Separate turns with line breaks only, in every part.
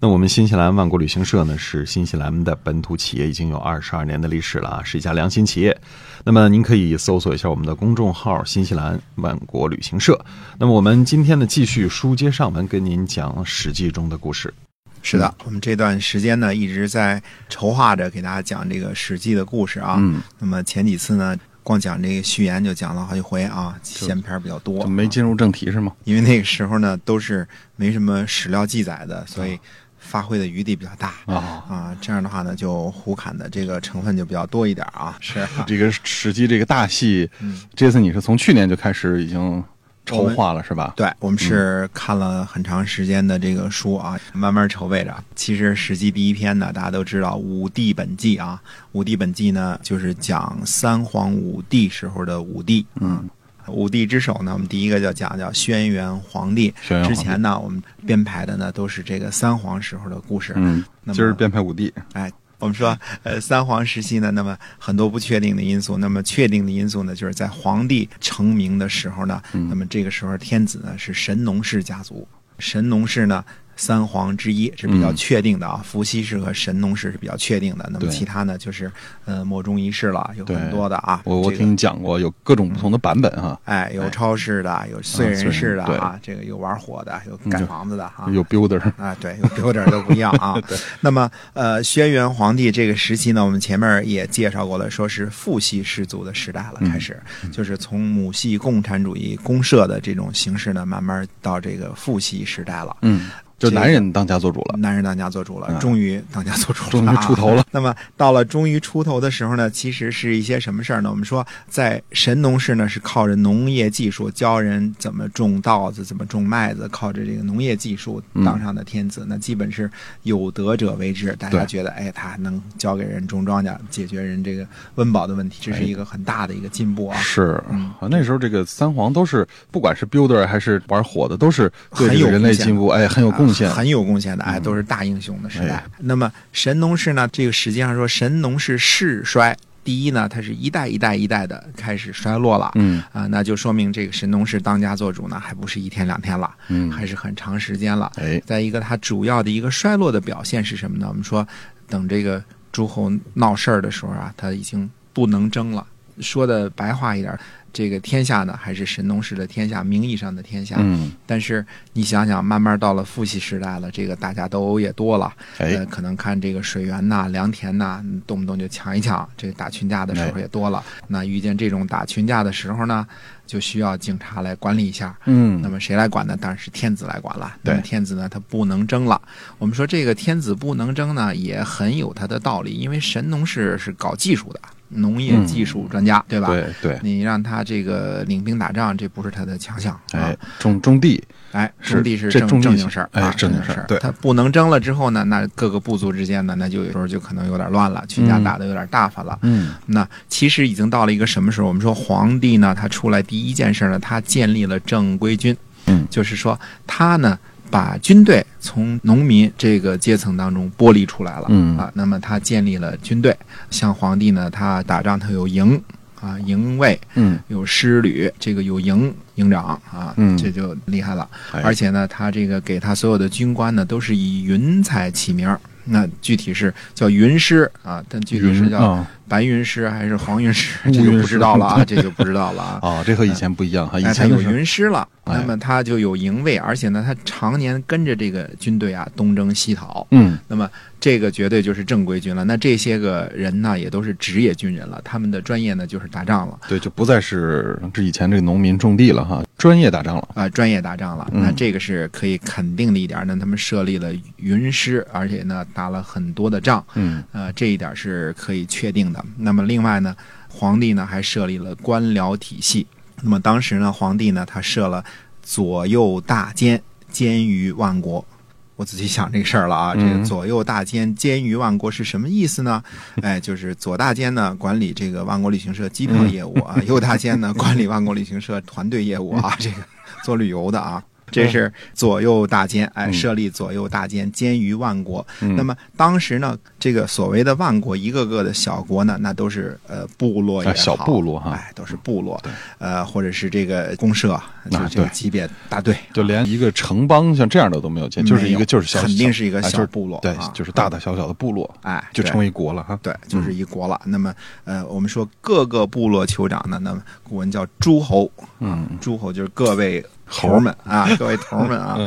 那我们新西兰万国旅行社呢，是新西兰的本土企业，已经有二十二年的历史了啊，是一家良心企业。那么您可以搜索一下我们的公众号“新西兰万国旅行社”。那么我们今天呢，继续书接上文，跟您讲《史记》中的故事。
是的，我们这段时间呢一直在筹划着给大家讲这个《史记》的故事啊。
嗯，
那么前几次呢，光讲这个序言就讲了好几回啊，闲篇儿比较多，
怎么没进入正题是吗？
因为那个时候呢都是没什么史料记载的，所以发挥的余地比较大。
啊，
啊，这样的话呢，就胡侃的这个成分就比较多一点啊。是啊
这个《史记》这个大戏
嗯，
这次你是从去年就开始已经筹划了是吧？
对，我们
嗯
是看了很长时间的这个书啊，慢慢筹备着。其实《史记》第一篇呢，大家都知道《武帝本纪》啊，《武帝本纪》呢就是讲三皇五帝时候的武帝。
嗯，
五帝之首呢，我们第一个就讲叫轩辕皇帝。
轩辕皇
之
帝
前呢，我们编排的呢都是这个三皇时候的故事。
嗯，
那么
今儿编排五帝，
哎我们说，呃，三皇时期呢，那么很多不确定的因素，那么确定的因素呢，就是在皇帝成名的时候呢，
嗯
那么这个时候天子呢是神农氏家族，神农氏呢三皇之一是比较确定的啊，伏羲氏和神农氏是比较确定的，那么
嗯对
其他呢就是呃莫衷一是了，有
对
很多的啊，
我我
这个
听你讲过有各种不同的版本哈，
哎，有超市的，有燧人氏的
啊燧人嗯
啊，这个有玩火的，有盖房子的啊，
有 builder
啊，对，有点都不一样啊。那么，呃，轩辕皇帝这个时期呢，我们前面也介绍过了，说是父系氏族的时代了，开始、就是从母系共产主义公社的这种形式呢，慢慢到这个父系时代了。
嗯，就男人当家做主了，
男人当家做主了，
嗯
终于当家做主了、啊，
终于出头了。
那么到了终于出头的时候呢，其实是一些什么事儿呢？我们说，在神农氏呢，是靠着农业技术教人怎么种稻子、怎么种麦子，靠着这个农业技术
嗯
当上的天子，那基本是有德者为之。大家
对
觉得，哎，他能教给人种庄稼，解决人这个温饱的问题，这
哎
是一个很大的一个进步啊。
是
嗯
啊，那时候这个三皇都是，不管是 builder 还是玩火的，都是对
很
这
有
个人类
贡献的
进步哎很有贡献嗯
啊，很有贡献的，哎，都是大英雄的时代
哎。
那么神农氏呢？这个实际上说，神农氏世衰。第一呢，它是一代一代一代的开始衰落了，
嗯
啊、那就说明这个神农氏当家做主呢，还不是一天两天了，
嗯，
还是很长时间了。
哎
再一个，它主要的一个衰落的表现是什么呢？我们说，等这个诸侯闹事儿的时候啊，他已经不能争了。说的白话一点儿，这个天下呢，还是神农氏的天下，名义上的天下。
嗯
但是你想想，慢慢到了父系时代了，这个大家斗殴也多了，呃，
哎
可能看这个水源呐、良田呐，嗯动不动就抢一抢，这个打群架的时候也多了。
哎
那遇见这种打群架的时候呢，就需要警察来管理一下。那
嗯
么谁来管呢？当然是天子来管了。
对
那么天子呢，他不能争了。我们说这个天子不能争呢，也很有他的道理，因为神农氏是搞技术的，农业
嗯
技术专家，对吧？
对对
你让他这个领兵打仗，这不是他的强项。啊
哎，种种地
哎，
是
种地是
这
正
种地
正
是
经事儿，
哎
啊
正
经
经
事
事儿
儿。
对
他不能争了之后呢，那各个部族之间呢，那就有时候就可能有点乱了，群架
嗯
打的有点大发了。
嗯
那其实已经到了一个什么时候？我们说皇帝呢，他出来第一件事呢，他建立了正规军，
嗯
就是说他呢把军队从农民这个阶层当中剥离出来了，
嗯
啊，那么他建立了军队，像皇帝呢，他打仗他有营啊，营卫
嗯，
有师旅，这个有营营长啊，
嗯
这就厉害了。
哎
而且呢，他这个给他所有的军官呢，都是以云彩起名儿。那具体是叫云师啊，但具体是
云
叫
啊
白云师还是黄云 师，
乌
这就
云师
不知道了啊，这就不知道了啊。
啊，这和以前不一样哈，以
哎，他
前
有
的是
云师了，
哎
那么他就有营卫，而且呢，他常年跟着这个军队啊东征西讨，
嗯
那么这个绝对就是正规军了。那这些个人呢，也都是职业军人了，他们的专业呢就是打仗了。
对，就不再是这以前这个农民种地了哈，专业打仗了。
啊、专业打仗了，
嗯
那这个是可以肯定的一点儿。那他们设立了云师，而且呢打了很多的仗，
嗯
呃，这一点儿是可以确定的。那么另外呢，皇帝呢还设立了官僚体系。那么当时呢，皇帝呢他设了左右大监，监于万国。我仔细想这个事儿了啊，这个
嗯
左右大监监于万国是什么意思呢？哎，就是左大监呢管理这个万国旅行社机票业务 啊，右大监呢管理万国旅行社团队业务啊，这个做旅游的啊。这是左右大监，哎，
嗯
设立左右大监，监于万国。那么当时呢，这个所谓的万国，一个个的小国呢，那都是呃部落也好，
啊小部落哈
哎，都是部落，呃，或者是这个公社，就
啊
是这个
对
级别大队，
就连一个城邦像这样的都没有建，
没
就
有
是一个就是小，
肯定是一个
哎
小
就是
部落
对
啊，
就是大大小小的部落，
哎，
就
对
成为一嗯国了哈。
对，就是一国了。那么，呃，我们说各个部落酋长呢，那么古文叫诸侯，
嗯，
诸侯就是各位头儿们啊，各位头儿们啊。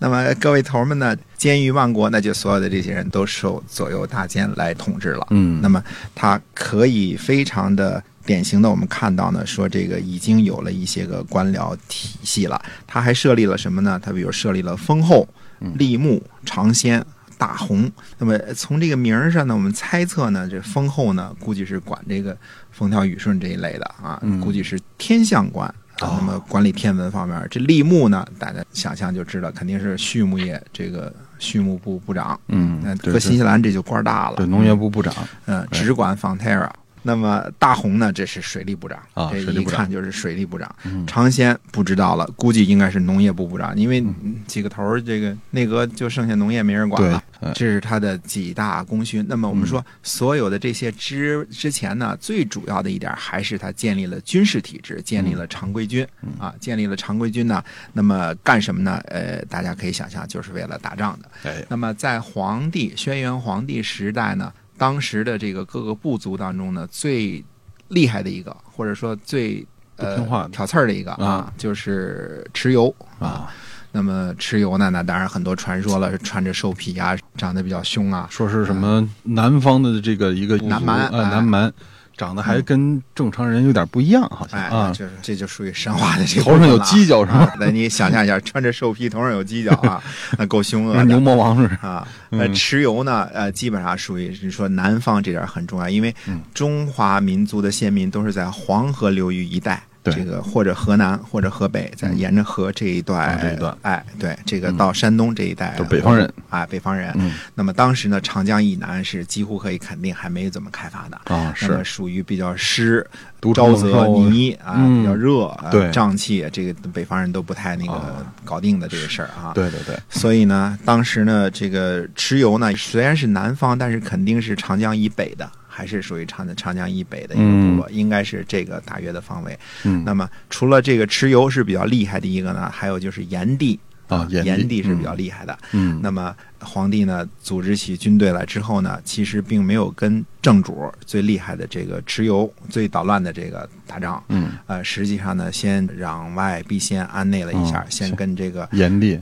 那么各位头儿们呢，监于万国，那就所有的这些人都受左右大监来统治了。
嗯
那么他可以非常的典型的，我们看到呢，说这个已经有了一些个官僚体系了。他还设立了什么呢？他比如设立了封后、
嗯
立木、尝鲜。大红，那么从这个名儿上呢，我们猜测呢，这封后呢，估计是管这个风调雨顺这一类的啊，
嗯
估计是天象官。
哦
啊，那么管理天文方面，这立木呢，大家想象就知道，肯定是畜牧业这个畜牧部部长。
嗯
那，
对
搁新西兰这就官儿大了，
对农业部部长，
嗯，只管 Fonterra。那么大红呢，这是水利部长
啊
这
水
一
利部长嗯
看就是水利部长。尝鲜不知道了，估计应该是农业部部长，因为嗯几个头儿，这个内阁就剩下农业没人管了。
对哎嗯
这是他的几大功勋。那么我们说，所有的这些之之前呢，最主要的一点还是他建立了军事体制，建立了常规军
嗯
啊，建立了常规军呢。那么干什么呢？呃，大家可以想象，就是为了打仗的。
哎，
那么在皇帝轩辕皇帝时代呢，当时的这个各个部族当中呢，最厉害的一个，或者说最呃
不听话的
挑刺儿的一个
啊，
就是蚩尤
啊。
那么蚩尤呢，那当然很多传说了，穿着兽皮啊，长得比较凶啊，
说是什么南方的这个一个部族
南蛮
啊，
哎
南蛮长得还跟正常人有点不一样，好像
哎，
啊，
就是这就属于神话的这个
头上有犄
角。
角是吧？
那你想象一下，穿着兽皮，头上有犄角啊，那够凶 恶
跟
的
牛。魔王似的。
啊，呃，
嗯
蚩尤呢，呃，基本上属于是说南方这点很重要，因为
嗯
中华民族的先民都是在黄河流域一带。
对
这个或者河南或者河北，在沿着河这一段
啊，这一段嗯
哎，对，这个到山东这一带，
都是北方人
啊，北方人
嗯。
那么当时呢，长江以南是几乎可以肯定还没怎么开发的那
啊是
么属于比较湿、
独
沼
城
泽、
猛兽
泥啊，
嗯
比较热，啊
对
瘴气，这个北方人都不太那个
啊
搞定的这个事儿啊。
对对对，
所以呢，当时呢，这个蚩尤呢，虽然是南方，但是肯定是长江以北的，还是属于长长江以北的一个部落，应该是这个大约的方位。
嗯
那么除了这个蚩尤是比较厉害的一个呢，还有就是炎帝
啊炎帝
炎帝是比较厉害的。
嗯
那么皇帝呢，组织起军队来之后呢，其实并没有跟正主最厉害的这个蚩尤、最捣乱的这个打仗。
嗯，
呃，实际上呢，先攘外必先安内了一下，
哦
先
是
跟这个
炎帝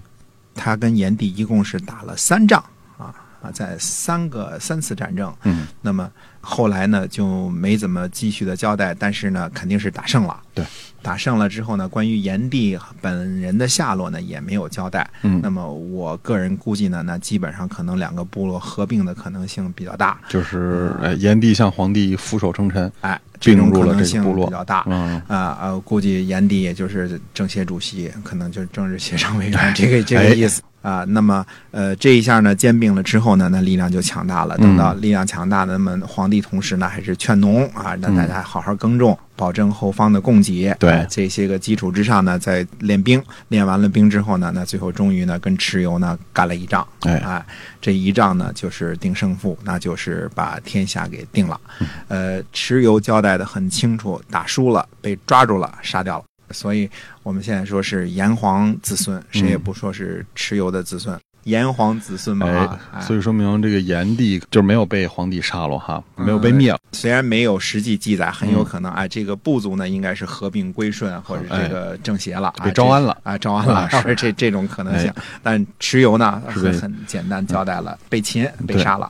他跟炎帝一共是打了三仗啊啊，在三个三次战争。
嗯，
那么后来呢就没怎么继续的交代，但是呢肯定是打胜了。
对，
打胜了之后呢，关于炎帝本人的下落呢也没有交代。
嗯
那么我个人估计呢，那基本上可能两个部落合并的可能性比较大。
就是哎，炎帝向皇帝俯首称臣，
哎，
并
嗯种
入
可
了
能
这
性
个部落
比较大。
嗯，
啊啊！我估计炎帝也就是政协主席，可能就是政治协商委员这个这个意思。啊，那么呃，这一下呢，兼并了之后呢，那力量就强大了。等到力量强大，那么皇帝同时呢，还是劝农啊，让大家好好耕种，保证后方的供给。
对
啊这些个基础之上呢，再练兵，练完了兵之后呢，那最后终于呢，跟蚩尤呢干了一仗。
哎，
哎，这一仗呢，就是定胜负，那就是把天下给定了。
嗯
呃，蚩尤交代的很清楚，打输了，被抓住了，杀掉了。所以我们现在说是炎黄子孙，谁
嗯
也不说是蚩尤的子孙，炎黄子孙嘛。啊
哎，所以说明这个炎帝就是没有被皇帝杀了哈，
嗯
没有被灭了。
虽然没有实际记载，很有可能哎，这个部族呢应该是合并归顺或者
嗯哎
这个政协了，
被
啊
招安了
这啊，招安了
啊，是哎
是这这种可能性。但蚩尤呢，
是被嗯
很很简单交代了，被擒、被
对
杀了，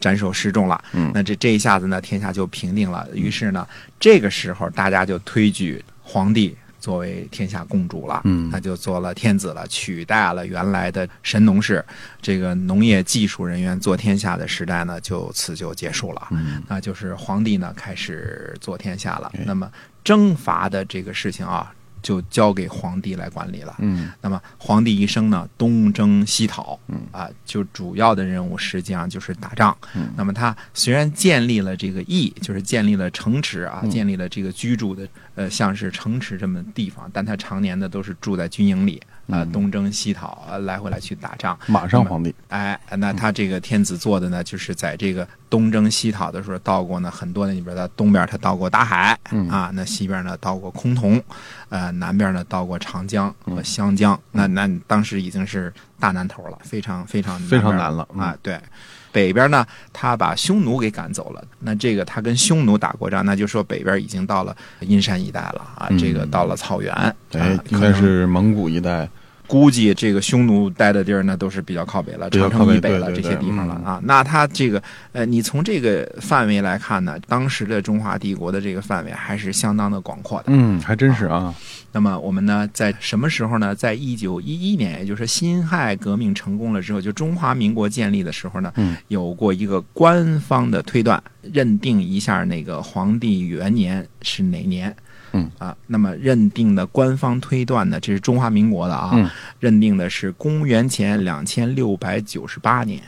斩首示众了。
嗯
那这这一下子呢，天下就平定了。于是呢，这个时候大家就推举皇帝。作为天下共主了，
嗯
他就做了天子了，取代了原来的神农氏，这个农业技术人员做天下的时代呢，就此就结束了。
嗯，
那就是皇帝呢开始做天下了。那么征伐的这个事情啊，就交给皇帝来管理了。
嗯
那么皇帝一生呢，东征西讨，啊，就主要的任务实际上就是打仗。那么他虽然建立了这个邑，就是建立了城池啊，建立了这个居住的呃，像是城池这么地方，但他常年的都是住在军营里啊，东征西讨，啊来回来去打仗。
马上皇帝，
哎，那他这个天子做的呢，就是在这个东征西讨的时候到过呢很多那里边的东边他到过大海、
嗯
啊，那西边呢到过崆峒，呃，南边呢到过长江
嗯
和湘江，那那当时已经是大难头了，非常非常
非常
南边
难了嗯
啊，对。北边呢，他把匈奴给赶走了。那这个他跟匈奴打过仗，那就说北边已经到了阴山一带了啊，这个到了草原，
嗯哎
啊，
应
可
该
能
是蒙古一带，
估计这个匈奴待的地儿呢，都是比较靠北了，
比较
长
靠
城
北
以北了
对对嗯
这些地方了
对
啊。那它这个呃，你从这个范围来看呢，当时的中华帝国的这个范围还是相当的广阔的。
嗯，还真是啊，
那么我们呢，在什么时候呢？在一九一一年，也就是辛亥革命成功了之后，就中华民国建立的时候呢，
嗯
有过一个官方的推断，认定一下那个皇帝元年是哪年。
嗯
啊，那么认定的官方推断呢，这是中华民国的啊，
嗯
认定的是公元前两千六百九十八年。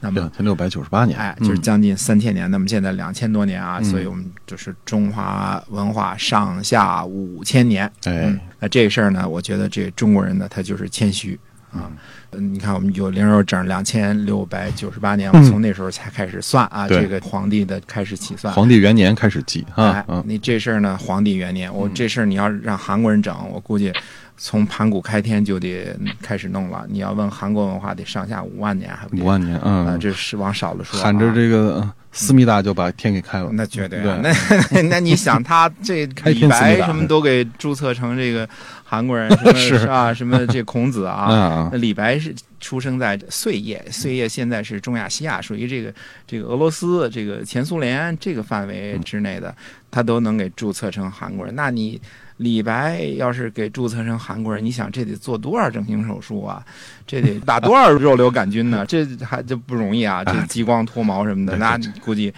那么
两千六百九十八年，
嗯哎，就是将近三千年，那么现在两千多年啊，
嗯
所以我们就是中华文化上下五千年。
哎
嗯，那这事儿呢，我觉得这中国人呢，他就是谦虚啊。嗯，你看我们有零肉整两千六百九十八年，我们从那时候才开始算啊，
嗯对
这个皇帝的开始起算。
皇帝元年开始记啊
哎，
嗯，，
你这事儿呢，皇帝元年，我这事儿你要让韩国人整，我估计从盘古开天就得开始弄了。你要问韩国文化，得上下五万年还不止
五万年，
啊，
嗯，
这是往少了说啊。
喊着这个呃思密达就把天给开了，
那绝对啊，
对
那 那那你想他这
开
李
天赐
白
密达
什么都给注册成这个韩国人什么
是
啊，什么这孔子 啊，
啊
那李白是出生在碎叶，碎叶现在是中亚西亚，属于这个这个俄罗斯、这个前苏联这个范围
嗯
之内的，他都能给注册成韩国人。那你李白要是给注册成韩国人，你想这得做多少整形手术啊？这 得打多少肉瘤杆菌呢？这还这不容易啊！这激光脱毛什么的，
对
那估计。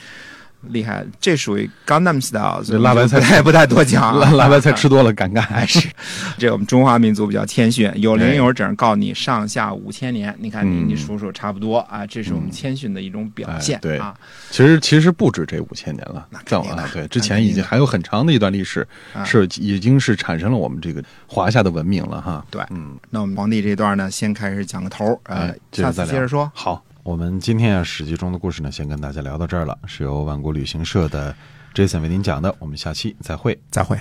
厉害，这属于 Gangnam Style，所以
辣白菜
不太不太多讲啊，哎
辣辣白菜吃多了尴尬，
还 是这我们中华民族比较谦逊，有零有整，告你上下五千年。你看你
哎嗯
你数数差不多啊，这是我们谦逊的一种表现
哎对
啊。
其实其实不止这五千年了，
肯
早
定的
啊，对，
那
之
肯
前
定
已经
的啊
还有很长的一段历史，是已经是产生了我们这个华夏的文明了哈。
对
嗯，
那我们皇帝这段呢，先开始讲个头儿，呃
哎，接
下
着
次
再聊
接着说。
好，
我们今天啊，《史记》中的故事呢，先跟大家聊到这儿了，是由万国旅行社的 Jason 为您讲的，我们下期再会。
再会。